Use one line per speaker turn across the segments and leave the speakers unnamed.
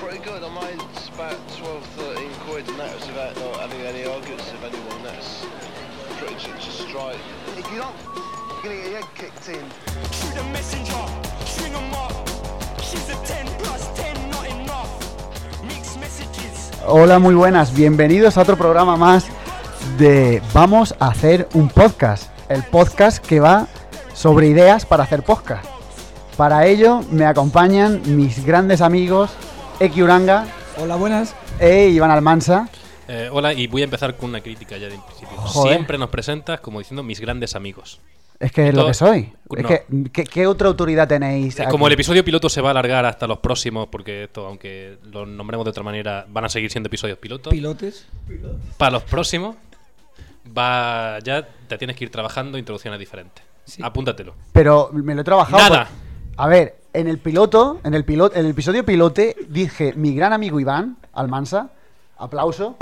pretty good. I mine's about 12, 13 quid, and that was without not having any arguments with anyone. That's pretty much a strike.
If you don't, you're gonna get your head kicked in.
Shoot the messenger, string 'em up. She's a 10 plus 10, not enough. Mixed messages.
Hola, muy buenas, bienvenidos a otro programa más de Vamos a hacer un podcast. El podcast que va sobre ideas para hacer podcast. Para ello me acompañan mis grandes amigos Eki Uranga
Hola, buenas.
e Iván Almansa.
Eh, hola, y voy a empezar con una crítica ya de principio.
Joder.
Siempre nos presentas como diciendo mis grandes amigos.
Es que es lo
Todo-
que soy.
No.
Es que, ¿qué, qué otra autoridad tenéis?
Eh,
aquí?
Como el episodio piloto se va a alargar hasta los próximos, porque esto, aunque lo nombremos de otra manera, van a seguir siendo episodios piloto.
Pilotes.
Para los próximos, va ya te tienes que ir trabajando introducciones diferentes.
Sí.
Apúntatelo.
Pero me lo he trabajado.
Nada.
por- A ver, en el piloto, en el piloto, en el episodio pilote, dije mi gran amigo Iván Almansa, aplauso.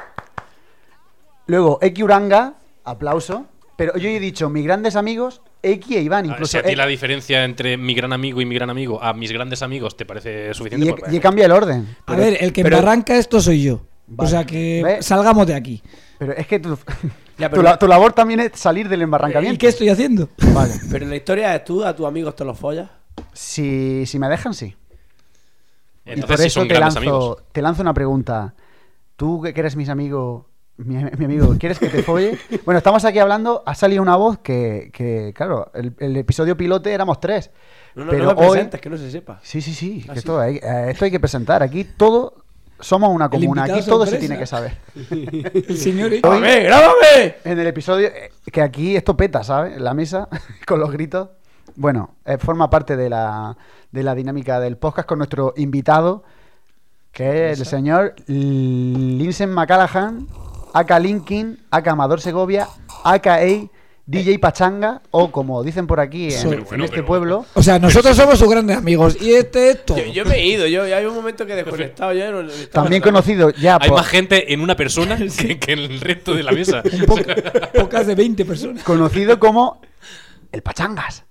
Luego Eki Uranga, aplauso. Pero yo he dicho mis grandes amigos, Eki e Iván,
Ah,
incluso.
si a ti
eh,
la diferencia entre mi gran amigo y mi gran amigo a mis grandes amigos te parece suficiente,
y, he,
pues,
y he
bueno.
cambiado el orden.
A ver, eh, el que
pero-
embarranca esto soy yo.
Vale.
O sea que
Ve.
salgamos de aquí.
Pero es que tu,
Ya,
tu
pero-
la- tu labor también es salir del
Eh, ¿Y
embarrancamiento.
qué estoy haciendo?
Vale.
Pero la historia es tú, a tus amigos te los follas.
Si, si me dejan, sí. y por
Entonces sí
eso
son
te,
grandes
lanzo,
amigos.
te lanzo una pregunta. Tú que que eres mis amigos, mi, mi amigo, ¿quieres que te folle? bueno, estamos aquí hablando, ha salido una voz que, que, claro, el, el episodio pilote éramos tres.
No, no,
pero
no me
hoy...
presentes, que no se sepa.
Sí, sí, sí,
Ah,
que
sí.
todo hay- eh, esto hay que presentar. Aquí todo, somos una comuna, aquí
invitado
todo se
sorpresa.
tiene que saber.
El señor ¿eh? X.
Hoy,
¡Grábame, grábame!
en el episodio, eh, que aquí esto peta, ¿sabes? La mesa, con los gritos. Bueno, eh, forma parte de la, de la dinámica del podcast con nuestro invitado, que es el señor Linsen McCallaghan, aka Linkin, aka Amador Segovia, aka DJ Pachanga, o como dicen por aquí en,
Pero
en
bueno,
este
pero-
pueblo,
O sea, nosotros somos sus grandes amigos. Y este es todo.
Yo, yo me he ido, yo, ya hay un momento que he desconectado. Yo no- estaba-
también conocido ya
Hay
por-
más gente en una persona que, que en el resto de la mesa.
Un poco- pocas de 20 personas.
conocido como el Pachangas.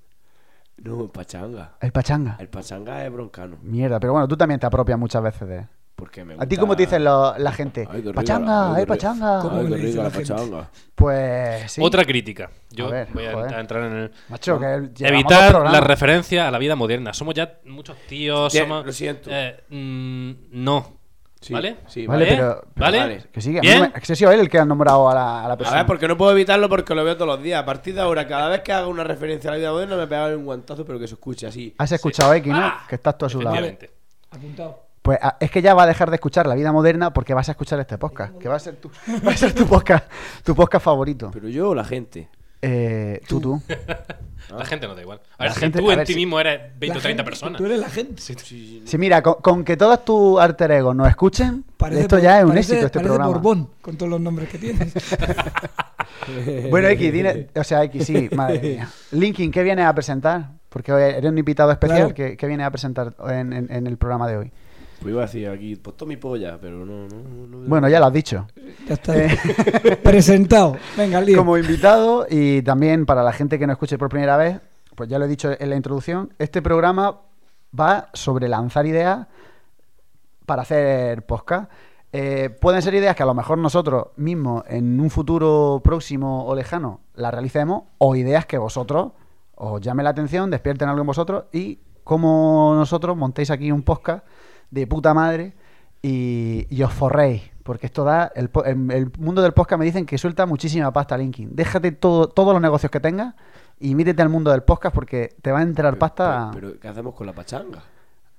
No, el pachanga.
El Pachanga.
El pachanga es broncano.
Mierda, pero bueno, tú también te apropias muchas veces de él.
Porque me
¿A ti
gusta-
cómo te dicen lo- la gente?
Ay, qué rica,
pachanga,
ay,
eh,
qué rica.
pachanga.
¿Cómo
Ay,
le
qué
dice
rica
la
la
gente?
pachanga.
Pues sí.
Otra crítica. Yo
A ver,
voy a,
joder.
a entrar en el.
Macho, que llevamos dos
Evitar
programas.
la referencia a la vida moderna. Somos ya muchos tíos,
Bien,
somos.
lo siento.
eh, mm, no.
Sí,
¿Vale?
sí,
Vale,
¿Vale?
pero- pero
¿Vale?
vale.
Que sí, que a mí
¿Bien?
no me- que sí ha sido él el que ha nombrado a la, a la
A
persona.
ver, porque no puedo evitarlo porque lo veo todos los días. A partir de ahora, cada vez que haga una referencia a la vida moderna, me pegaba un guantazo, pero que se escuche así.
Has escuchado a X, ¿no?
Ah,
que estás tú a su lado.
Efectivamente.
Apuntado.
Pues ah, es que ya va a dejar de escuchar la vida moderna porque vas a escuchar este podcast. Que va a ser tu, va a ser tu podcast, tu podcast favorito.
Pero yo o la gente.
Eh, tú, tú.
Ah.
La gente no da igual. A ver,
La
si
gente-
tú
a
en
ver,
ti
si-
mismo eres 20 o 30 personas.
Tú eres la gente.
Sí, mira, con, con que todos tus alter egos nos escuchen,
Parece
esto
por-
ya es un
parece-
éxito este
parece
programa.
Borbón, con todos los nombres que tienes.
Bueno, X, dile- o sea, X, sí, madre mía. Linkin, ¿qué vienes a presentar? Porque hoy eres un invitado especial
Claro.
que, que viene a presentar en, en- en el programa de hoy.
Pues iba a decir aquí, pues todo mi polla, pero no, no, no-
Bueno, ya lo has dicho.
Ya está. Presentado. Venga, lío.
Eh. Como invitado y también para la gente que no escuche por primera vez, pues ya lo he dicho en la introducción, este programa va sobre lanzar ideas para hacer podcast. Eh, pueden ser ideas que a lo mejor nosotros mismos en un futuro próximo o lejano las realicemos o ideas que vosotros os llame la atención, despierten algo en vosotros y como nosotros montéis aquí un podcast de puta madre y, y os forréis. Porque esto da. El, po- en el mundo del podcast me dicen que suelta muchísima pasta LinkedIn. Déjate todo, todos los negocios que tengas y métete al mundo del podcast porque te va a entrar
Pero-
pasta.
Pero, pero ¿qué hacemos con la pachanga?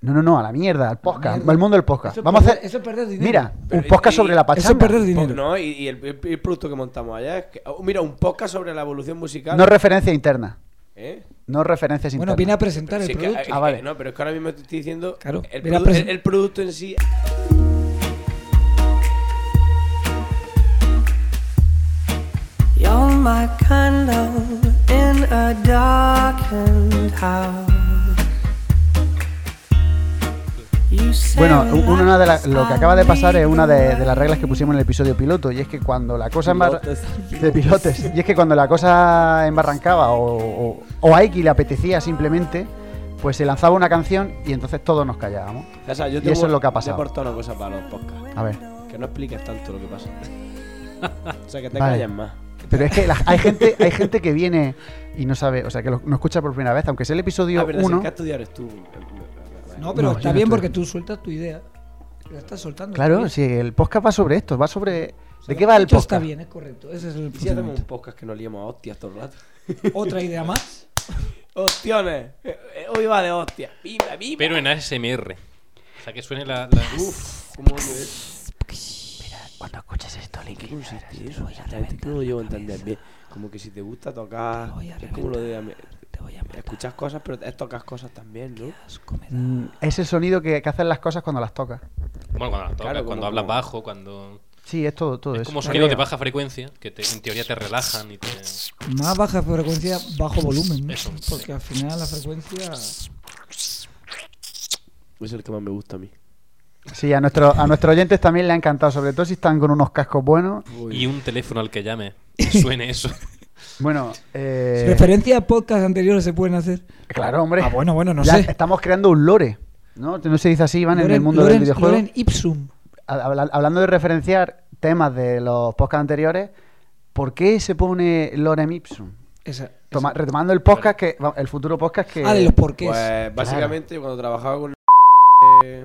No, no, no, a la mierda, al podcast,
mierda.
al mundo del podcast.
Eso es
Vamos a
perder-
hacer.
eso es perder dinero.
Mira,
Pero
un podcast
y-
sobre la
eso
es
pachanga.
perder dinero.
Po- No, y, y el, el- el producto que montamos allá es que, oh, mira, un podcast sobre la evolución musical.
No referencia interna.
¿eh?
No referencias
Bueno,
internas.
viene a presentar
Sí,
el
es que-
producto.
es que-
Ah, vale.
No, pero es que ahora mismo te estoy diciendo
Claro,
el,
mira,
produ-
presen-
el- el producto en sí.
Pues
You're my candle in a darkened house. You say
Bueno,
we
u- una de la-
like
lo que
this,
acaba de pasar
I
es una de,
need
de las reglas que pusimos en el episodio piloto y es que cuando la cosa embarra- de pilotes y es que cuando la cosa embarrancaba o, o, o a X le apetecía simplemente pues se lanzaba una canción y entonces todos nos callábamos.
César, yo
Y
te
eso
voy-
es lo que ha
te he
pasado.
aportado una cosa para los podcasts.
A ver.
Que no expliques tanto lo que pasa. o sea, que te
Vale.
calles más.
Pero es que la- hay, gente, hay gente que viene y no sabe, o sea, que lo, no escucha por primera vez, aunque sea el episodio
Ah, verdad, si el
1.
que ha estudiado eres tú.
No, pero
No, yo
está
no
bien
estoy-
porque tú sueltas tu idea. La estás soltando.
Claro,
está
si el podcast va sobre esto, va sobre.
bien.
¿De qué va el
Esto
podcast?
Está bien, es correcto. Ese es el
¿Y si hacemos un
funcionamiento.
podcast que nos liemos a hostias todo el rato?
Otra idea más.
¡Hostiones! Eh, eh, Hoy va de hostias. ¡Viva, viva!
Pero en ASMR. O sea, que suene la. la-
Uf, ¿cómo odio eso?
Cuando escuches esto,
¿Qué consiste eso? Exactamente, que no lo llevo a entender bien. Como que si te gusta tocar.
voy a
Es como lo de.
Te voy a meter.
Escuchas cosas, pero es tocas cosas también, ¿no?
Asco, me da.
Es el Mm, sonido que, que hacen las cosas cuando las tocas.
Bueno, cuando las tocas,
Claro, como-
cuando hablas
como-
bajo, cuando.
Sí, es todo, todo
Es
eso.
como sonido de
Creo.
baja frecuencia, que te- en teoría te relajan y te.
Más baja frecuencia, bajo volumen. ¿no?
Eso,
Porque al final la frecuencia.
Es el que más me gusta a mí.
Sí, a, nuestro, a nuestros oyentes también le ha encantado, sobre todo si están con unos cascos buenos.
Y un teléfono al que llame. que Suene eso.
Bueno, eh,
Referencia a podcasts anteriores se pueden hacer.
claro, hombre.
Ah, bueno, bueno, no
Ya
sé.
Estamos creando un lore. ¿No? no se dice así, Iván, en el
Loren-
mundo
Loren-
del videojuego.
Loren Ipsum.
Habla- Hablando de referenciar temas de los podcasts anteriores, ¿por qué se pone Lorem Ipsum?
Esa-
Toma- eh, retomando el podcast, que va- el futuro podcast que...
Ah, de los porqués.
Pues básicamente yo cuando trabajaba con eh,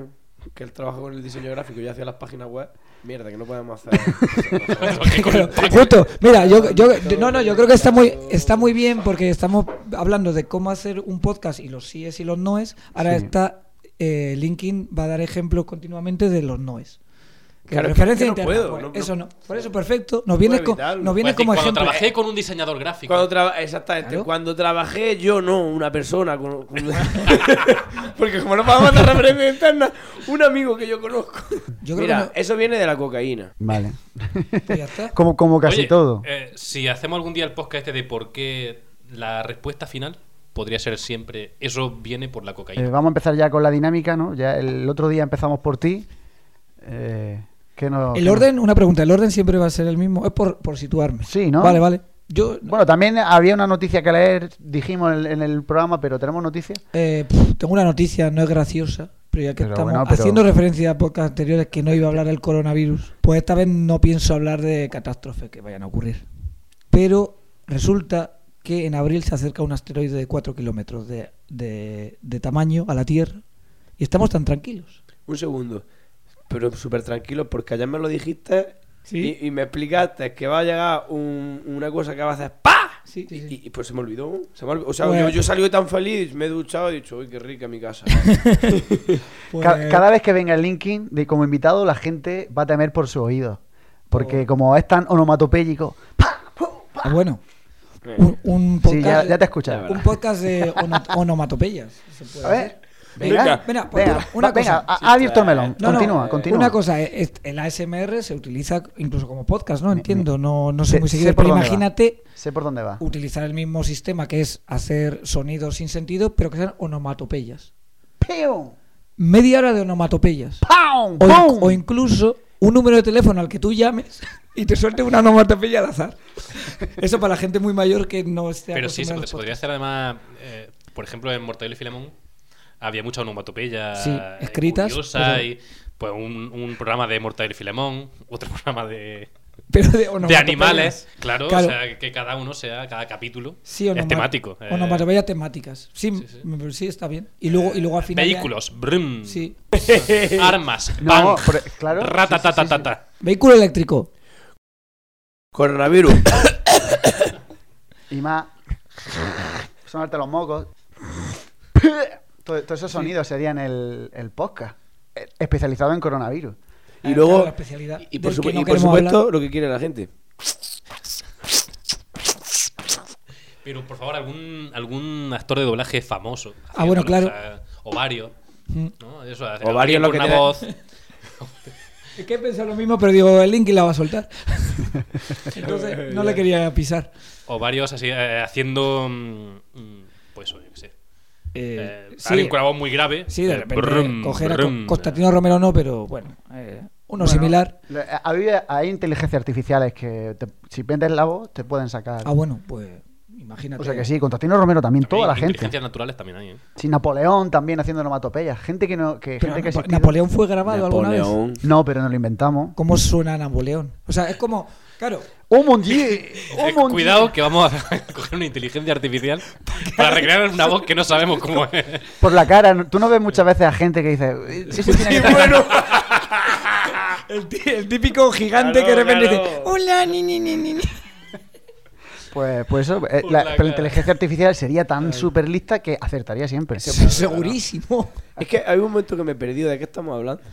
que él trabajaba con el diseño gráfico y yo hacía las páginas web, mierda, que no podemos hacer.
Que con el pack-
Justo, mira, yo, yo, yo- no, no, yo creo que está muy, está muy bien porque estamos hablando de cómo hacer un podcast y los síes y los noes. Ahora
Sí.
está eh, LinkedIn va a dar ejemplos continuamente de los noes. Que
Claro,
referencia
que- que no
interna,
puedo,
pues,
no- no-
eso no. Por eso perfecto. Nos vienes,
puedo
con-
evitarlo.
nos vienes
Pues,
como eh,
cuando
ejemplo.
trabajé con un diseñador gráfico.
cuando traba- exactamente,
Claro.
cuando trabajé yo no, una persona con, con- porque como no podemos hacer referencia interna, un amigo que yo conozco.
Yo creo
Mira,
que
eso viene de la cocaína.
Vale.
no- pues ya está.
como, como casi
Oye,
todo.
eh, si hacemos algún día el podcast este de por qué la respuesta final podría ser siempre eso viene por la
Eh,
cocaína.
vamos a empezar ya con la dinámica, ¿no? Ya el otro día empezamos por ti. Eh, ¿qué no- qué
El
no-
orden, una pregunta, el orden siempre va a ser el mismo. Es por, por situarme.
Sí, ¿no?
Vale, vale. Yo,
Bueno, también había una noticia que leer, dijimos en, en el programa, pero tenemos noticias.
Eh, pf, tengo una noticia, no es graciosa, pero ya que
Pero
estamos
bueno, pero-
haciendo referencia a podcasts anteriores que no iba a hablar del coronavirus, pues esta vez no pienso hablar de catástrofes que vayan a ocurrir. Pero resulta que en abril se acerca un asteroide de 4 kilómetros de, de- de tamaño a la Tierra y estamos tan tranquilos.
Un segundo. Pero súper tranquilo, porque ayer me lo dijiste
Sí.
y, y me explicaste que va a llegar un- una cosa que va a hacer ¡PA!
Sí, sí, sí.
Y, y, pues se me olvidó. se me olvi- o sea,
Pues-
yo, yo salí tan feliz, me he duchado y he dicho, uy, qué rica mi casa.
Pues-
Ca- cada vez que venga el linking de como invitado, la gente va a temer por sus oídos. Porque
Oh.
como es tan onomatopéyico. ¡pa! ¡pum!
Ah, bueno, un, un
Sí, ya,
podcast,
ya te escuchas.
un podcast de ono- onomatopeyas. se puede
A ver.
hacer.
Venga,
Venga.
Venga, pues,
venga,
una
va- venga,
cosa.
ha- ha abierto el melón.
No, no,
continúa,
eh,
continúa.
Una cosa, eh, est- el ASMR se utiliza incluso como podcast, ¿no? Entiendo, no, no
Sé-
sé muy
sé
seguido,
por
pero
dónde va.
imagínate
Sé por dónde va.
utilizar el mismo sistema que es hacer sonidos sin sentido, pero que sean onomatopeyas.
¡Pium!
Media hora de onomatopeyas.
¡Pum!
O, in-
¡Pum!
o incluso un número de teléfono al que tú llames y te suelte una onomatopeya al azar. Eso para la gente muy mayor que no esté
Pero sí, se,
acostumbrada
pod- se
a los
podría hacer además, eh, por ejemplo, en Mortadelo y Filemón había mucha onomatopeya eh,
Sí, escritas,
curiosa
pues,
y, pues un, un programa de Mortadelo y Filemón, otro programa de,
podcasts. Pero de,
de
onomatopeyas.
animales, claro,
Claro.
o sea, que cada uno sea, cada capítulo
Sí,
es
onoma-
temático. eh,
Onomatopeyas temáticas. Sí,
Sí, sí.
m- sí, está bien. Y luego, y luego al final. ya-
Vehículos, brum,
Sí.
armas,
No,
bang,
pero- claro,
ratatatatata.
Vehículo eléctrico.
Coronavirus.
Y más. Sonarte los mocos. Todo- Todos esos sonidos serían el, el podcast. eh, Especializado en coronavirus.
y luego,
La especialidad
y por,
del que
supu-
no
y por
queremos
supuesto,
hablar.
lo que quiere la gente.
Pero por favor, algún, algún actor de doblaje famoso.
Ah, bueno,
haciéndolo,
claro.
o sea, O varios.
Mm.
¿no? Eso,
O varios
alguien
lo
con
que
una
tiene-
voz.
Es que he pensado lo mismo, pero digo, el Linky la va a soltar. Entonces, no le quería pisar.
O varios así, eh, haciendo. mm, mm, pues, yo qué sé. Eh,
sí.
Alguien con una voz muy grave.
Sí, de
eh,
repente
brum,
coger a Co-
brum.
Constantino Romero no, pero bueno, eh, uno
Bueno,
similar.
le- eh, Hay, hay inteligencias artificiales que te- si vendes la voz te pueden sacar.
Ah, bueno, pues Imagínate.
O sea que sí, Constantino Romero también, toda la gente.
Inteligencias naturales también hay, ¿eh?
Sí, Napoleón también haciendo onomatopeya. Gente que no. Que,
Pero
gente que ha
Napo-
existido.
Napoleón fue grabado alguna vez.
Napoleón.
No, pero nos lo inventamos.
¿Cómo suena Napoleón? O sea, es como. Claro,
¡Oh, mon Dieu! ¡Oh,
Eh,
mon Dieu!
Cuidado que vamos a coger una inteligencia artificial para recrear una voz que no sabemos cómo es.
Por la cara. ¿no? Tú no ves muchas veces a gente que dice. "Eh, ese tiene que
Y
estar-".
bueno,
el, tí- el típico gigante
Claro,
que de repente
claro.
dice: Hola, ni, ni, ni, ni, ni".
Pues, pues eso. eh,
Por
la,
la
pero la
cara.
inteligencia artificial sería tan súper lista que acertaría siempre.
Segurísimo.
es que hay un momento que me he perdido. ¿De qué estamos hablando?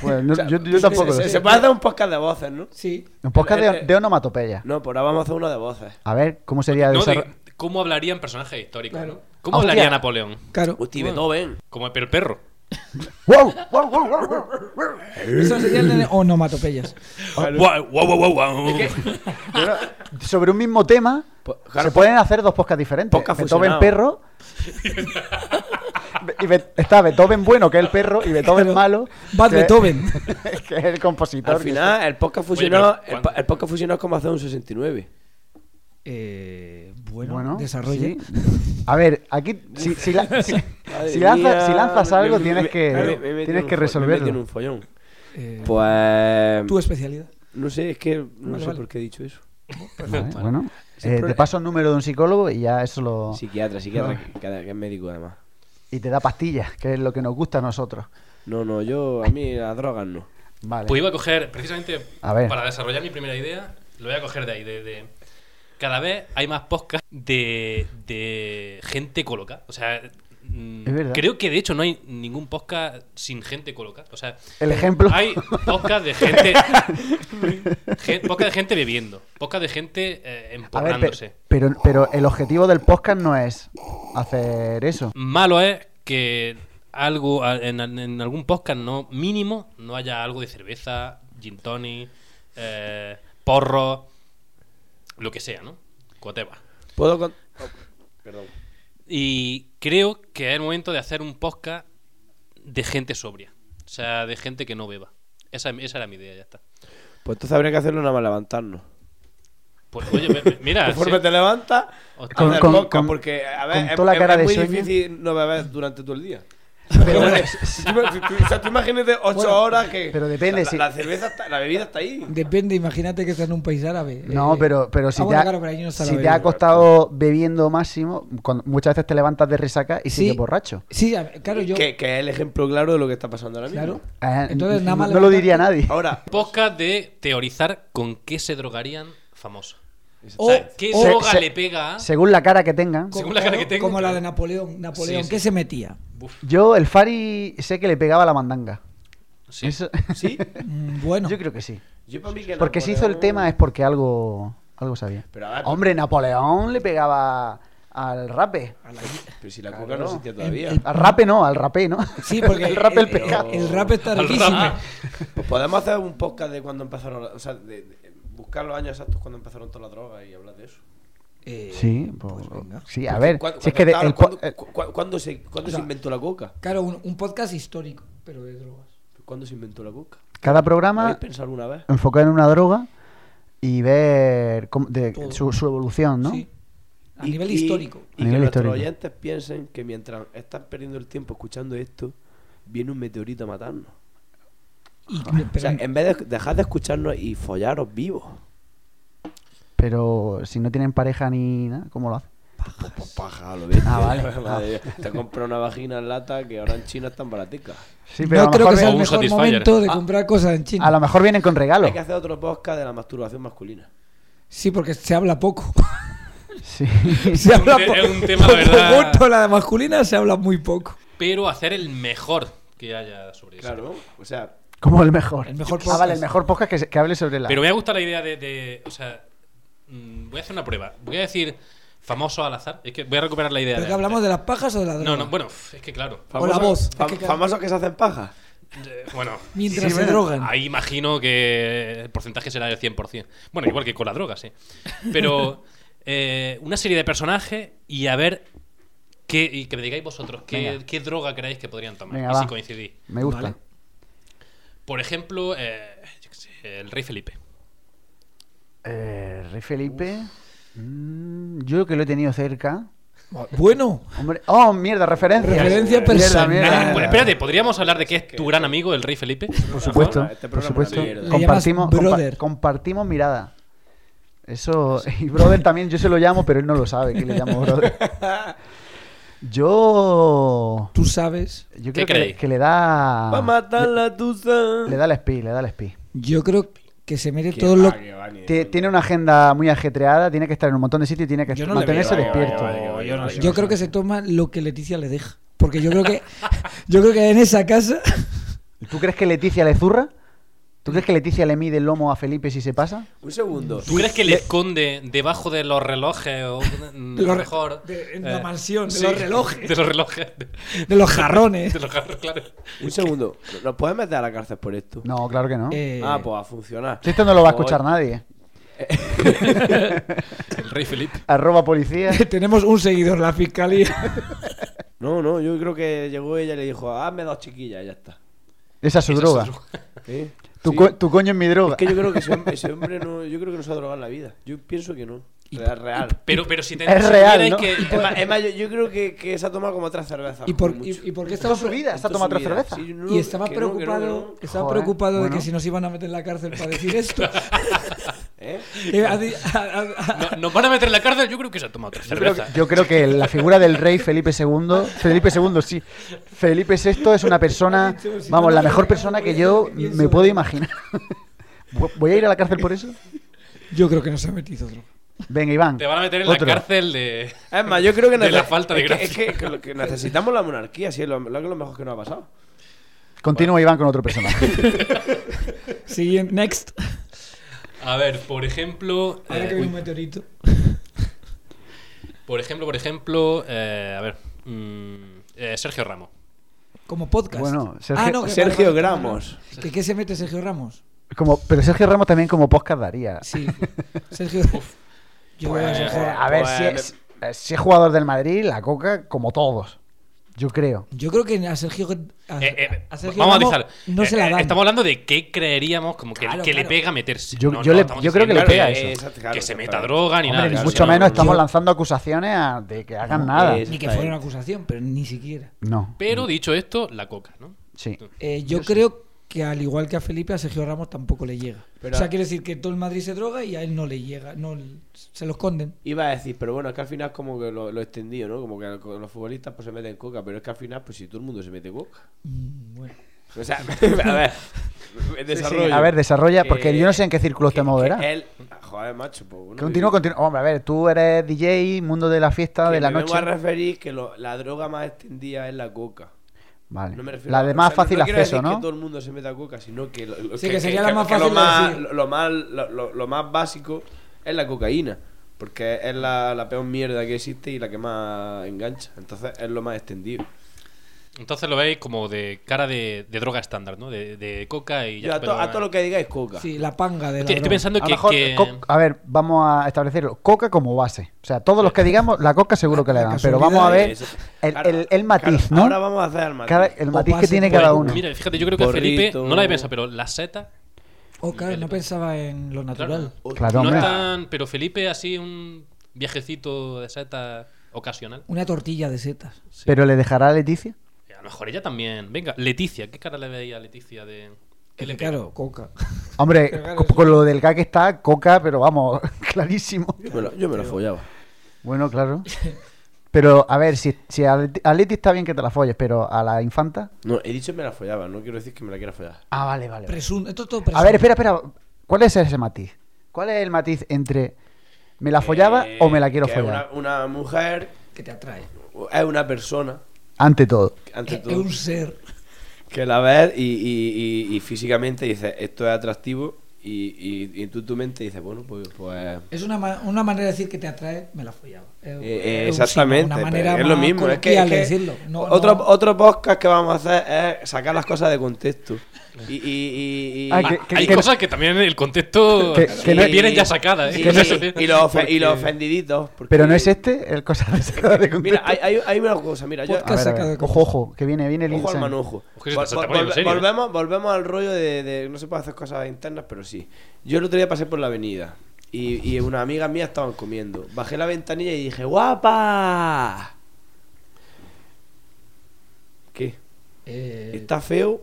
Pues no- yo, yo tampoco
Se,
lo
se,
sé.
puede hacer un podcast de voces, ¿no?
Sí.
Un podcast de, de onomatopeya.
No, por ahora vamos a hacer uno de voces.
A ver, ¿cómo sería
No,
desarro-
de- ¿Cómo hablarían personajes históricos?
Claro.
¿no? ¿Cómo
Hostia.
hablaría Napoleón?
Claro.
Hostia, Beethoven.
Como el perro.
¡Wow! ¡Wow, wow, wow, wow!
Eso sería el de onomatopeyas.
Guau, guau, guau, guau, guau.
Pero sobre un mismo tema
Po- claro,
Pues,
pues,
se pueden hacer dos podcasts diferentes.
podcast
Beethoven
fusionado.
perro. Be- y Be- está Beethoven bueno, que es el perro, y Beethoven
Claro.
malo.
Bad
que-
Beethoven.
que es el compositor.
Al
que
final, el podcast fusionado,
pero
el,
¿cuánto?
po- el podcast fusionado es como hacer un 69.
Eh,
está-
bueno,
Bueno,
desarrolle.
sí. A ver, aquí si, si la- si-
Madre
si lanzas,
mía,
si lanzas
me-
algo
me-
tienes
me-
que,
me- me he metido en
tienes que
un fo- me he metido en
resolverlo.
un follón.
Eh,
Pues.
tu especialidad.
No sé, es que no
Vale,
sé
vale.
por qué he dicho eso.
Vale, bueno,
Sin
eh, te
problema.
paso el número de un psicólogo y ya eso lo...
Psiquiatra, psiquiatra, que, que- que es médico además.
Y te da pastillas, que es lo que nos gusta a nosotros.
No, no, yo, a mí las drogas no.
Vale.
Pues iba a coger, precisamente
A ver.
para desarrollar mi primera idea, lo voy a coger de ahí, de... de- Cada vez hay más podcasts de, de gente coloca. O sea, mm,
Es verdad.
creo que de hecho no hay ningún podcast sin gente coloca. O sea,
El ejemplo...
hay podcast de gente... gen- podcast de gente bebiendo. Podcast de gente eh,
A ver, pe-
emporrándose.
pero, pero el objetivo del podcast no es hacer eso.
Malo es que algo a- en, en algún podcast no mínimo no haya algo de cerveza, gin tonic, eh, porro, lo que sea, ¿no? Cuateva.
¿Puedo con-
Y creo que es el momento de hacer un podcast de gente sobria. O sea, de gente que no beba. Esa, esa era mi idea, ya está.
Pues entonces habría que hacerlo nada más levantarnos.
Pues, oye, me- me- mira,
Conforme
sí.
te levantas,
Hostia.
Con-
haces
con-
podcast,
con-
porque a
con
ver, es,
toda la
es-
cara
es
de
muy
sueño.
difícil no beber durante todo el día.
Pero bueno,
Tú ima- tú- tú- o sea, tú imagínate ocho
Bueno,
horas que.
pero depende,
La,
si-
la cerveza está- la bebida está ahí.
Depende, imagínate que estás en un país árabe.
no,
Eh,
pero, pero si, te,
ah, bueno,
ha,
claro, pero ahí no está la
si te
bebida.
ha costado bebiendo máximo, cuando- muchas veces te levantas de resaca y
Sí.
sigues borracho.
Sí, a ver, claro, yo.
Que, que es el ejemplo claro de lo que está pasando ahora mismo.
Claro.
Eh,
Entonces, nada más
no lo
levantarte-
diría nadie.
Ahora,
podcast de teorizar con qué se drogarían famosos.
O,
O sea, ¿qué
o-
Se-
droga
se-
le pega a-
Según la cara que tengan.
según la cara que tengo,
Como la
claro.
de Napoleón. Napoleón,
Sí,
¿qué
sí.
se metía?
Yo, el Fari, sé que le pegaba la mandanga.
Sí.
Eso-
sí.
Mm, Bueno,
Yo creo que sí.
Yo para mí que
Porque si hizo el
Napoleón-
tema es porque algo, algo sabía.
Pero a ver,
Hombre, Napoleón le pegaba al rape.
Pero si la coca
Claro.
no existía todavía.
el-
Al rape no, al rapé, ¿no?
sí, porque
el rape el
el,
pegaba.
el rap está
Al
riquísimo.
rap. Ah.
Pues podemos hacer un podcast de cuando empezaron. la- O sea, de, de- buscar los años exactos cuando empezaron todas las drogas y hablar de eso.
Eh,
Sí,
pues
po-
venga.
sí, a
Porque
ver,
cuando-
si es que de-
claro,
el eh, po-
¿cuándo,
el-
cu- cu- cuándo se, cuándo
O sea,
se inventó la coca?
Claro, un, un podcast histórico, pero de drogas.
¿Cuándo se inventó la coca?
cada
¿Lo
programa
habéis pensado alguna vez?
enfocar en una droga y ver cómo- de-
Todo.
su, su evolución, ¿no?
Sí. A
Y-
nivel
y-
histórico.
Y
A
que
nivel
nuestros
histórico.
oyentes piensen que mientras están perdiendo el tiempo escuchando esto, viene un meteorito a matarnos.
Y-
O
pero-
sea, en vez de dejar de escucharnos y follaros vivos.
Pero si no tienen pareja ni nada, ¿cómo lo hacen?
Pues paja, lo ves.
Ah, vale.
Madre mía. Te compras una vagina en lata que ahora en China están baraticas.
Sí, pero
no
a, lo
creo
mejor
que sea
O
el
un
mejor
Satisfyer.
momento de
Ah.
comprar cosas en China.
a lo mejor vienen con regalo.
Hay que hacer otro podcast de la masturbación masculina.
Sí, porque se habla poco.
Sí.
se
un
habla
te-
po-
es un tema,
por
¿verdad?
supuesto, la de masculina se habla muy poco.
Pero hacer el mejor que haya sobre eso.
Claro. O sea,
Como el mejor.
El mejor
ah, vale,
podcast.
el mejor podcast que, se- que hable sobre la.
Pero me ha gustado la idea de, de- O sea, mm, voy a hacer una prueba. Voy a decir famoso al azar. Es que voy a recuperar la idea.
¿Pero
de
que
antes.
hablamos de las pajas o de la droga?
No, no, bueno, pf, es que claro.
O la voz.
fam-
Es que, claro,
famosos que se hacen paja.
Eh, Bueno,
Mientras se drogan.
ahí imagino que el porcentaje será del 100%. Bueno, igual que con la droga, sí. Pero eh, una serie de personajes y a ver qué. Y que me digáis vosotros qué,
Venga.
qué droga creéis que podrían tomar.
Venga,
y si
va.
coincidís.
Me gusta.
Vale.
Por ejemplo, eh, yo qué sé, el rey Felipe.
Eh, Rey Felipe. Mm, Yo que lo he tenido cerca.
Bueno,
Hombre, oh, mierda, referencia.
Referencia personal.
Ah,
eh,
bueno, espérate, ¿podríamos hablar de que es tu gran amigo, el rey Felipe?
Por supuesto,
Ah, este
por
programa es
supuesto.
una mierda.
Le llamas
Compartimos, compa-
brother.
compartimos mirada. Eso, y brother también yo se lo llamo, pero él no lo sabe que le llamo brother. Yo,
tú sabes.
yo
¿Qué
creo que,
creéis?
que le da,
Va a matar la tuza.
le da el spi, le da el spi.
Yo creo que se merece
Que
todo
va,
lo.
que va, ni de
Ti-
coña.
Tiene una agenda muy ajetreada, tiene que estar en un montón de sitios y tiene que
Yo no le
mantenerse
veo,
vale,
despierto.
vale, vale,
Yo,
vale, vale.
creo que se toma lo que Leticia le deja. Porque yo creo que yo creo que en esa casa
¿Tú crees que Leticia le zurra?
Mm.
¿Tú crees que Leticia le mide el lomo a Felipe si se pasa?
Un segundo.
¿Tú crees que le esconde debajo de los relojes o mm, a lo
Los re-
mejor
de- en la
eh,
mansión, de los relojes.
De los relojes. De,
de los jarrones.
de los jarros, claro.
Un segundo. ¿Nos puedes meter a la cárcel por esto?
No, claro que no.
eh,
Ah, pues a funcionar. Pues,
Si esto no lo va a escuchar
Joder.
nadie.
El rey Felipe.
Arroba policía.
tenemos un seguidor, la fiscalía.
No, no, yo creo que llegó ella y le dijo, hazme dos chiquillas y ya está.
Esa es su
Esa es
droga.
su droga.
¿Qué?
Tu,
Sí.
co- tu coño es mi droga.
Es que yo creo que ese hombre, ese hombre no, yo creo que no se ha drogado en la vida. Yo pienso que no. Real, real.
Pero, pero si te
Es
si
real,
tuvierais
¿no?
Es
que.
más, es más, yo, yo creo que, que se ha tomado como tres cervezas.
¿Y por,
como
y,
mucho.
y por qué
Toda
estaba
su vida, se ha
Toda
tomado
su
tres
vida.
cervezas.
Sí, yo no-
y estaba
que no, que no,
preocupado,
que no.
estaba
Joder,
preocupado
bueno.
de que si nos iban a meter en la cárcel para decir esto.
¿Eh?
Eh, ha di- ha- ha- ha-
No, nos van a meter en la cárcel, yo creo que se ha tomado otra
Yo creo
cerveza.
que- Yo creo que la figura del rey Felipe II, Felipe II, sí, Felipe VI es una persona, vamos, la mejor persona que yo me puedo imaginar. ¿Vo- ¿Voy a ir a la cárcel por eso?
Yo creo que nos ha metido otro.
Venga, Iván.
Te van a meter en
otro.
la cárcel de.
Es más, yo creo que
De la
nece-
falta de
es que-
gracia.
Es que, que lo que necesitamos la monarquía, sí, es lo, lo, lo mejor que nos ha pasado.
Continúa, Iván, con otro personaje.
Siguiente, next.
A ver, por ejemplo.
Ahora
eh,
que
uy,
viene un meteorito.
por ejemplo, por ejemplo. eh, a ver. mm, eh, Sergio Ramos.
Como podcast. Ah,
Bueno, Sergio-
que-
Sergio
vale, vale, vale.
Gramos.
¿Que qué se mete Sergio Ramos?
Como, pero Sergio Ramos también como podcast daría.
Sí. Sergio. Yo
Pues,
veo a
Eh,
Sergio-
a ver, si es, eh, si es jugador del Madrid, la coca, como todos. Yo creo.
Yo creo que a Sergio. A,
Eh, eh,
a Sergio
vamos a
Ramos
analizar.
No
Eh,
se la
eh,
dan.
Estamos hablando de qué creeríamos como que,
Claro,
que le
claro.
pega meterse.
Yo- yo le-
estamos
yo creo que le
diciendo
pega
que-
eso.
Exacto, claro,
que se meta
exacto.
droga ni
Hombre,
nada.
Ni
claro,
mucho
claro. Eh,
menos estamos
Yo-
lanzando acusaciones a- de que hagan
No,
nada.
es-
Ni que
Está
fuera
ahí.
una acusación, pero ni siquiera.
No,
Pero dicho esto, la coca, ¿no?
sí.
Eh, yo creo que al igual que a Felipe, a Sergio Ramos tampoco le llega.
Pero-
o sea, quiere decir que todo el Madrid se droga y a él no le llega. no Se lo esconden.
Iba a decir, pero bueno, es que al final como que lo, lo he extendido, ¿no? Como que lo- los futbolistas pues se meten coca, pero es que al final pues si todo el mundo se mete coca.
Mm, Bueno.
O sea, a ver, desarrollo.
A ver, desarrolla, porque
Que-
yo no sé en qué círculos
que-
te moverás.
que él- joder, macho, pues bueno,
Continúa,
yo-
continúa. Hombre, a ver, tú eres DJ, mundo de la fiesta,
que
de la
me
noche.
vengo a referir que lo- la droga más extendida es la coca.
Vale.
No me refiero
la
a-
de
o
más
sea, no-
fácil
no quiero
acceso,
decir
¿no?
que todo el mundo se meta coca, sino que... Lo, lo-
Sí, que sería la más fácil
lo,
de
más,
decir.
lo, lo más, lo, lo- lo más básico es la cocaína. Porque es la, la peor mierda que existe y la que más engancha. Entonces es lo más extendido.
Entonces lo veis como de cara de, de droga estándar, ¿no? De, de coca y ya.
Yo a, to-
pero-
a todo lo que digáis coca.
Sí, la panga de la
Estoy,
droga.
estoy pensando
a,
que.
lo mejor,
que-
co- a ver, vamos a establecerlo. Coca como base. O sea, todos los que digamos, la coca seguro que le dan. Pero vamos a ver
Eso.
el,
Claro,
el- el matiz,
claro,
¿no?
Ahora vamos a hacer el matiz.
Cada- el
O
matiz que
base
tiene
por
cada
ahí.
uno.
Mira, fíjate, yo creo que
Burrito.
Felipe no la había pensado, pero la seta.
Oh, claro, no pensaba en lo natural.
Claro,
no
hombre.
tan. Pero Felipe, así un viajecito de seta ocasional.
Una tortilla de setas.
Pero le dejará a Leticia.
A lo mejor ella también. Venga, Leticia. ¿Qué cara le veía a Leticia de.? ¿Qué le pega?
Claro, coca.
Hombre,
Pero claro,
co-
eso-
con lo del K que está, coca, pero vamos, clarísimo.
Yo me lo, yo me lo follaba.
Bueno, claro. Pero a ver, si, si a Leti a Leti está bien que te la folles, pero a la infanta.
No, he dicho me la follaba, no quiero decir que me la quiera follar.
Ah, vale, vale. vale.
Presun- esto es todo
A
presunto.
ver, espera, espera. ¿Cuál es ese matiz? ¿Cuál es el matiz entre me la follaba
Eh,
o me la quiero
que
follar?
Una, una mujer
Que te atrae. Eh,
es una persona,
Ante todo.
ante
Es
todo,
un ser.
que la ves y, y- y- y físicamente dices, esto es atractivo, y, y, y tú tu mente dices, bueno, pues... pues
Es una, ma- una manera de decir que te atrae, me la follaba. Es-
eh, eh,
es un
exactamente,
signo,
pero
una manera
es lo
más
mismo. Es que,
coloquial de
es que
decirlo. No,
otro,
no-
otro podcast que vamos a hacer es sacar las cosas de contexto. Y, y, y- y-
Ah,
Ah,
que-
hay
que-
cosas que también en el contexto
Que-
sí,
que no-
vienen ya sacadas. ¿eh?
Y,
Cosas que-
y- y los, ofe- y los
porque-
ofendiditos. porque-
Pero no es este el cosa de sacada de contexto.
Eh, Mira, hay, hay, hay una cosa, mira, yo,
Podcast
A ver, a ver.
sacado de
Ojo, ojo, que viene, viene el
Ojo al
Insane.
manojo.
Ojo, que se está
Vol-
poniendo
vol-
serio, ¿eh?
volvemos, volvemos al rollo de, de- No se puede hacer cosas internas, pero sí. Yo el otro día pasé por la avenida. Y, y unas amigas mías estaban comiendo. Bajé la ventanilla y dije, ¡guapa! ¿Qué?
Eh,
¿Está feo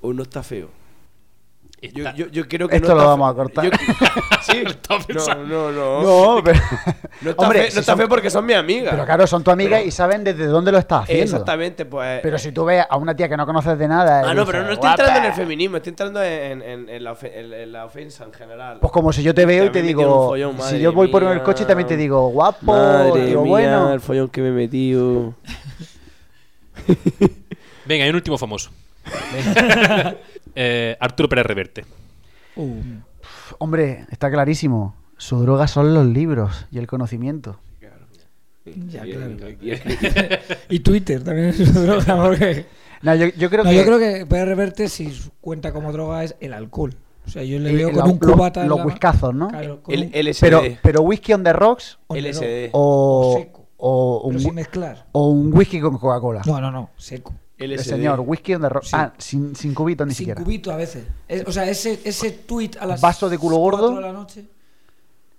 o no está feo? Yo,
Está-
yo, yo creo que
Esto
no
lo
está
vamos
fe-
a cortar.
yo- sí.
Estaba pensando.
No, no, no.
No, pero.
No está, fe- no
si
está
son-
feo porque son mis amigas.
Pero claro, son tu amiga
Pero-
y saben desde dónde lo estás haciendo.
Exactamente, pues.
Pero si tú ves a una tía que no conoces de nada. y
Ah, no,
dices,
pero no estoy
"Guapa",
entrando en el feminismo, estoy entrando en, en- en la, ofe- en- en la ofensa en general.
Pues como si yo te veo y
También
te
me
digo.
tiene un follón,
si
madre
yo voy por el
mía.
coche y también te digo, guapo,
Madre
digo,
mía,
bueno.
el follón que me he metido.
Venga, hay un último famoso. Eh, Arturo Pérez Reverte.
uh,
Hombre, está clarísimo. Su droga son los libros y el conocimiento.
Ya, claro. y Twitter también es una droga. Porque...
No, yo, yo creo
No,
que.
yo creo que puede reverte si su- cuenta como droga es el alcohol. O sea, yo le
Eh,
veo
la-
con un
los-
cubata. en
los
la ma-
whiskazos, ¿no?
Claro, con un-
El LSD.
Pero, pero whisky on the rocks
con el-
LSD.
oh, o.
seco.
O
pero
un,
sin mezclar.
o un whisky con Coca-Cola.
No, no, no, seco.
El
LSD.
señor, whisky on the rocks.
Sí.
Ah, sin, sin cubito ni
Sin
siquiera.
cubito a veces. Es- o sea, ese, ese tweet a las
Vaso de culo gordo.
4 de la noche,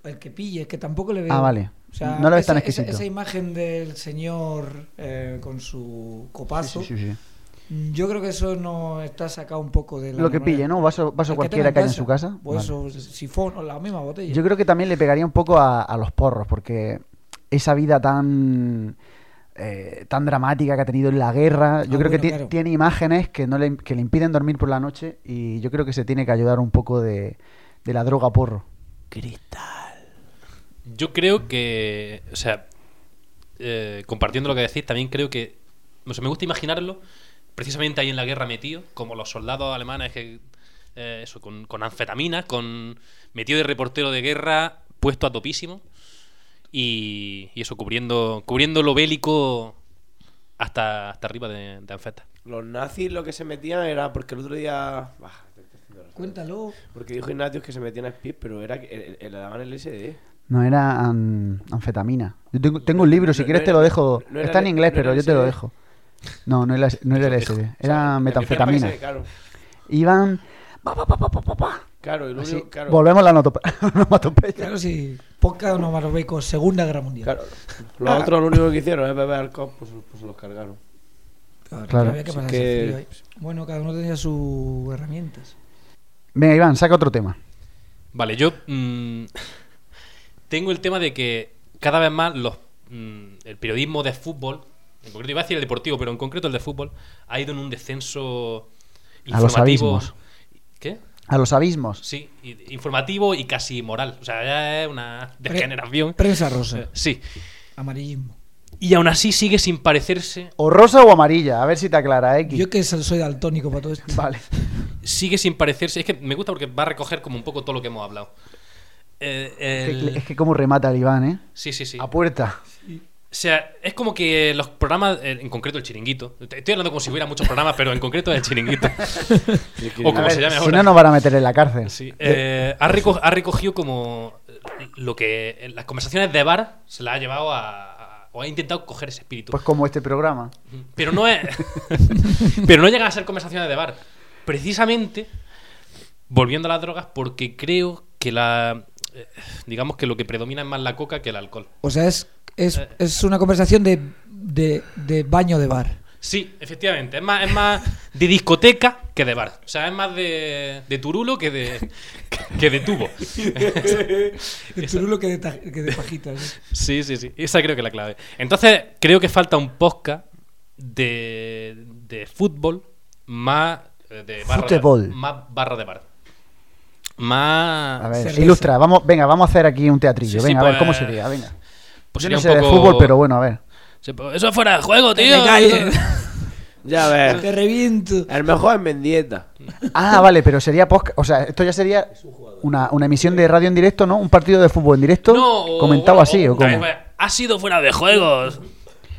el que pille, que tampoco le veo.
Ah, vale.
O sea,
No lo ves tan
esa- esa-
exquisito.
Esa, imagen del señor eh, con su copazo,
Sí, sí, sí, sí.
mm, yo creo que eso no está sacado un poco de la
Lo que
normalidad.
pille, ¿no? Vaso,
El
vaso
que
cualquiera que
tenga
haya en su casa.
Pues
Vale.
eso, sifón o la misma botella.
Yo creo que también le pegaría un poco a, a los porros, porque esa vida tan eh, tan dramática que ha tenido en la guerra, yo creo que
Ah, bueno,
ti-
claro.
tiene imágenes que no le, que le impiden dormir por la noche y yo creo que se tiene que ayudar un poco de, de la droga porro.
Yo creo que, o sea, eh, compartiendo lo que decís, también creo que, no sé, me gusta imaginarlo, precisamente ahí en la guerra metido, como los soldados alemanes que, eh, eso, con, con anfetaminas, con metido de reportero de guerra, puesto a topísimo, y, y eso, cubriendo, cubriendo lo bélico hasta, hasta arriba de, de anfeta.
Los nazis lo que se metían era porque el otro día. Bah, te estoy haciendo la-
Cuéntalo.
Porque dijo Ignatius que se metían a Speed, pero era que el- el- le daban el LSD.
No era an- anfetamina. Yo tengo, tengo un libro, si
No-
quieres
no
te
era-
lo dejo.
no era
Está en
le-
inglés,
no era
pero yo te lo
LSD.
dejo. No, no era, no era LSD, era metanfetamina.
Era para que se- Claro,
Iban... pa, pa, pa, pa, pa, pa, pa.
claro, y lo
Así,
único- claro,
Volvemos a la notope- onomatopeya.
Claro, si poca onomatopeicos, Segunda Guerra Mundial.
claro. Los otros lo único que hicieron es beber alcohol, pues, pues los cargaron.
Claro,
Claro.
había que
Así
pasarse
que-
frío ahí. Bueno, cada uno tenía sus herramientas.
Venga, Iván, saca otro tema.
Vale, yo mm, tengo el tema de que cada vez más los, mm, el periodismo de fútbol, en concreto iba a decir el deportivo, pero en concreto el de fútbol, ha ido en un descenso
A los
informativo.
abismos.
¿Qué?
A los abismos.
Sí, y- informativo y casi moral. O sea, ya es una
Pre-
degeneración.
Prensa rosa.
Eh, Sí.
Amarillismo.
Y aún así sigue sin parecerse,
O rosa o amarilla, a ver si te aclara, X.
Yo que so- soy daltónico para todo esto.
Vale.
sigue sin parecerse. Es que me gusta porque va a recoger como un poco todo lo que hemos hablado. Eh, el-
Es que como remata el Iván, ¿eh?
Sí, sí, sí.
A puerta.
O sea, es como que los programas, eh, en concreto el chiringuito, te- estoy hablando como si hubiera muchos programas, pero en concreto el chiringuito, o
A
como
ver,
se llame
si
ahora,
no, nos van a meter en la cárcel.
Sí, eh, ha, reco- ha recogido como eh, lo que en las conversaciones de bar se la ha llevado a, a- o ha intentado coger ese espíritu.
Pues como este programa.
Pero no es. pero no llegan a ser conversaciones de bar. Precisamente, volviendo a las drogas, porque creo que la. eh, digamos que lo que predomina es más la coca que el alcohol.
O sea, es, es,
Eh.
es una conversación de, de, de baño de bar.
Sí, efectivamente. Es más, es más de discoteca que de bar. O sea, es más de, de turulo que de, que de tubo.
El turulo que de, ta- que de pajitas.
Sí, sí, sí. Esa creo que es la clave. Entonces, creo que falta un podcast de, de fútbol más eh, de barra
Futebol.
De, más barra de bar. Más...
A ver,
Cerveza.
ilustra. Vamos, venga, vamos a hacer aquí un
Sí,
teatrillo.
Ah, sí,
venga, a ver, ¿cómo
pues,
sería? Venga. Yo
pues sería
no
un
sé de
poco-
fútbol, pero bueno, ¿eh? a ver.
Sí, pues Eso es fuera de juego,
¡Que
tío.
te calles!
Ya
¡Te
ves.
reviento!
Eh.
El mejor es Mendieta.
Ah, vale, pero sería podcast. O sea, esto ya sería una, una emisión de radio en directo, ¿no? Un partido de fútbol en directo.
No, o-
comentado
bueno,
así, ¿o
también,
cómo?
pues, Ha sido fuera de juegos.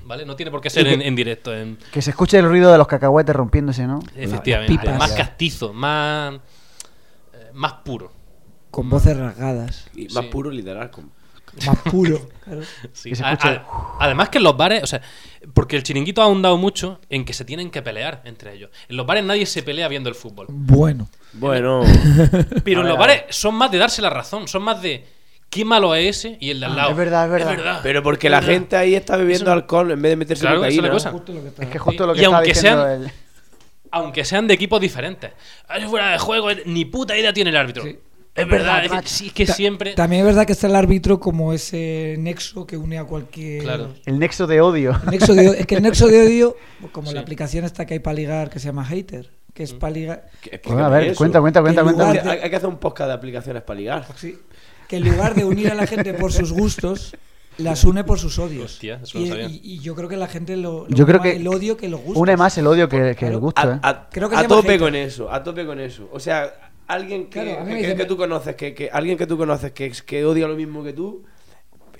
Vale, no tiene por qué ser en, en directo. En,
Que se escuche el ruido de los cacahuetes rompiéndose, ¿no?
Efectivamente,
las pipas.
más castizo, más, eh, más puro.
Con voces rasgadas.
Y más
Sí.
puro literal. Como...
Más puro. Claro.
Sí,
Que se
a-
escuche-
a- además que en los bares, o sea, porque el chiringuito ha ahondado mucho en que se tienen que pelear entre ellos. En los bares nadie se pelea viendo el fútbol.
Bueno.
Bueno.
Pero en los bares son más de darse la razón, son más de... qué malo es ese y el de al lado.
Ah, es verdad, es verdad.
Pero porque la
Es verdad.
gente ahí está bebiendo
Eso-
alcohol en vez de meterse
Claro, esa es la
cocaína.
cosa.
Justo lo que está-
Es que justo lo que
Y
estaba
aunque
diciendo
sean-
él.
Aunque sean de equipos diferentes. Ah, es fuera de juego, eh, ni puta idea tiene el árbitro.
Sí.
Es verdad, es
Verdad,
que- sí, es que
Ta-
siempre.
También es verdad que está el árbitro como ese nexo que une a cualquier.
Claro.
El nexo de odio.
El nexo de, es que el nexo de odio, como la
Sí. Mm.
aplicación esta que hay para ligar que se llama Hater, que es para ligar.
Que-
Bueno,
explícame
Pues a ver,
eso.
cuenta, cuenta, cuenta,
El
cuenta.
lugar-
Hay, hay que hacer un podcast de aplicaciones para ligar.
Sí. Que en lugar de unir a la gente por sus gustos, las une por sus odios.
Hostia, eso no
y,
sabía.
y- y yo creo que la gente lo, lo
Yo creo
ama
que
el odio que los gustos.
Une más el odio que, que el
Claro.
gusto, ¿eh?
A, a-
Creo que
a
se llama
tope
hater.
con eso, a tope con eso. O sea, alguien que,
Claro, a mí me
que-
dicen-
que tú conoces, que, que- alguien que tú conoces que, que odia lo mismo que tú,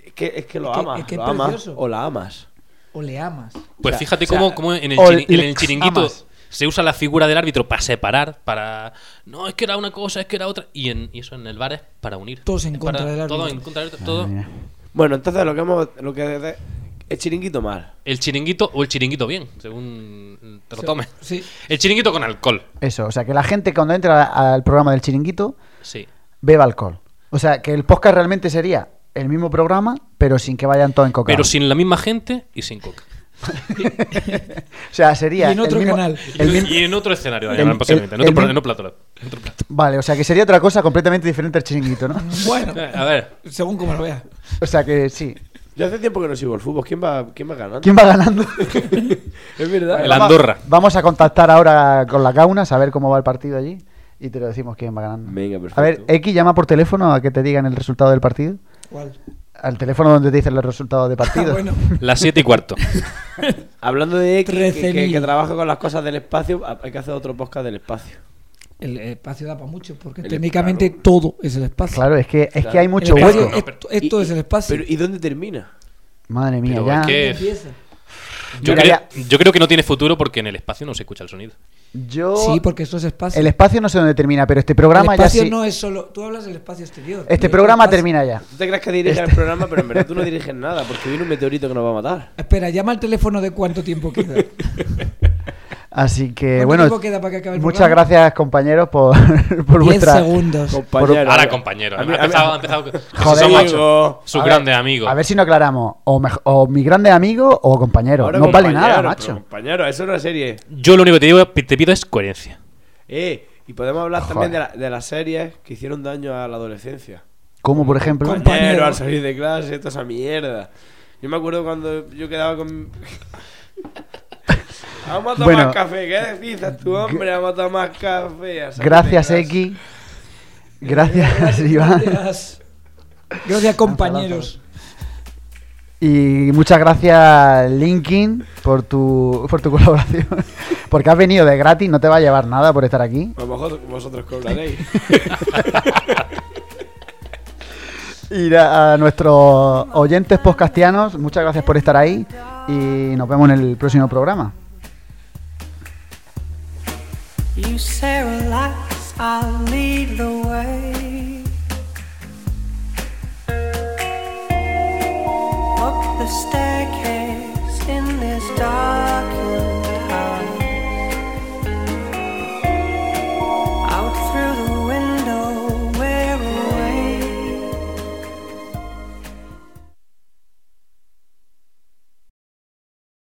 es que, es que lo
Es que-
amas,
es que es
lo amas
precioso.
o la amas.
O le amas.
Pues
O sea,
fíjate
o sea,
cómo, cómo en, el
o
chiri- en
le
el chiringuito
amas.
se usa la figura del árbitro para separar, para. No, es que era una cosa, es que era otra. Y, en, y eso en el bar es para unir.
Todos en
Es
contra
para-
del árbitro.
Todos en contra del árbitro, todo.
Madre mía.
Bueno, entonces lo que hemos, lo que es chiringuito mal.
El chiringuito o el chiringuito bien, según te lo tomes.
Sí.
El chiringuito con alcohol.
Eso, o sea, que la gente cuando entra a- al programa del chiringuito
Sí.
beba alcohol. O sea, que el podcast realmente sería el mismo programa, pero sin que vayan todos en coca.
Pero sin la misma gente y sin coca.
O sea, sería.
Y en otro
el mismo-
canal.
el mi-
y en otro escenario,
el-
además,
el-
posiblemente. En
el
otro, pla-
mi-
en otro plato. en otro plato.
Vale, o sea, que sería otra cosa completamente diferente al chiringuito, ¿no?
Bueno,
Eh, A ver,
según como lo veas.
O sea, que sí.
Yo hace tiempo que no sigo el fútbol. ¿Quién va, quién va ganando?
¿Quién va ganando?
Es verdad.
el Andorra.
Vamos a contactar ahora con la Caunas a ver cómo va el partido allí y te lo decimos quién va ganando.
Venga,
A ver,
perfecto.
X llama por teléfono a que te digan el resultado del partido.
¿Cuál?
Al teléfono donde te dicen los resultados de
Ah,
partido.
bueno,
Las 7 y cuarto.
Hablando de X, que, que-
13.000.
que trabaja con las cosas del espacio, hay que hacer otro podcast del espacio.
el espacio da para mucho, porque
El-
técnicamente
claro.
todo es el espacio.
Claro, es que, es que hay mucho
El espacio-
hueco.
no, pero-
esto, esto
Y-
es el espacio.
Pero ¿y dónde termina?
Madre mía,
Pero
ya.
es que-
Empieza.
Yo,
Mira,
creo,
ya.
yo creo que no tiene futuro porque en el espacio no se escucha el sonido.
Yo.
Sí, porque esto es espacio.
El espacio no sé dónde termina, pero este
El
programa ya
espacio
sí.
no es solo. Tú hablas del espacio exterior.
Este
El
programa
espacio-
termina ya.
¿Tú te crees que diriges
Este.
el programa? Pero en verdad tú no diriges nada, porque viene un meteorito que nos va a matar.
Espera, llama al teléfono de cuánto tiempo queda.
Así que
¿Cuánto
bueno.
tiempo queda para que acabe el
muchas
programa?
gracias compañeros por, por
10
vuestra.
segundos.
Compañero.
Ahora, compañero.
A mí-
ha
a mí-
empezado, ha empezado con- que si
Joder,
son machos,
amigo.
sus
A ver,
grandes amigos.
A ver si no aclaramos. O, mej- o mi grande amigo o compañero.
Ahora,
no vale
compañero,
nada,
pero
macho.
Compañero, eso es una serie.
Yo lo único que te, digo, te pido es coherencia.
Eh, y podemos hablar
Joder.
también de, la- de las series que hicieron daño a la adolescencia.
Como por ejemplo.
Compa- Compañero.
Compañero, al salir de clase, toda esa mierda. Yo me acuerdo cuando yo quedaba con. Vamos a tomar
Bueno.
café, ¿qué dices tú, hombre? Vamos a tomar café. a salir de
Gracias,
clase.
X. Gracias, Iván.
Gracias.
Ah,
Gracias, compañeros.
Y muchas gracias, Linkin, por tu, por tu colaboración. Porque has venido de gratis, no te va a llevar nada por estar aquí.
A lo mejor vosotros cobraréis.
Y a, a nuestros oyentes podcastianos, muchas gracias por estar ahí. Y nos vemos en el próximo programa.
You say relax, I'll lead the way. Up the stairs.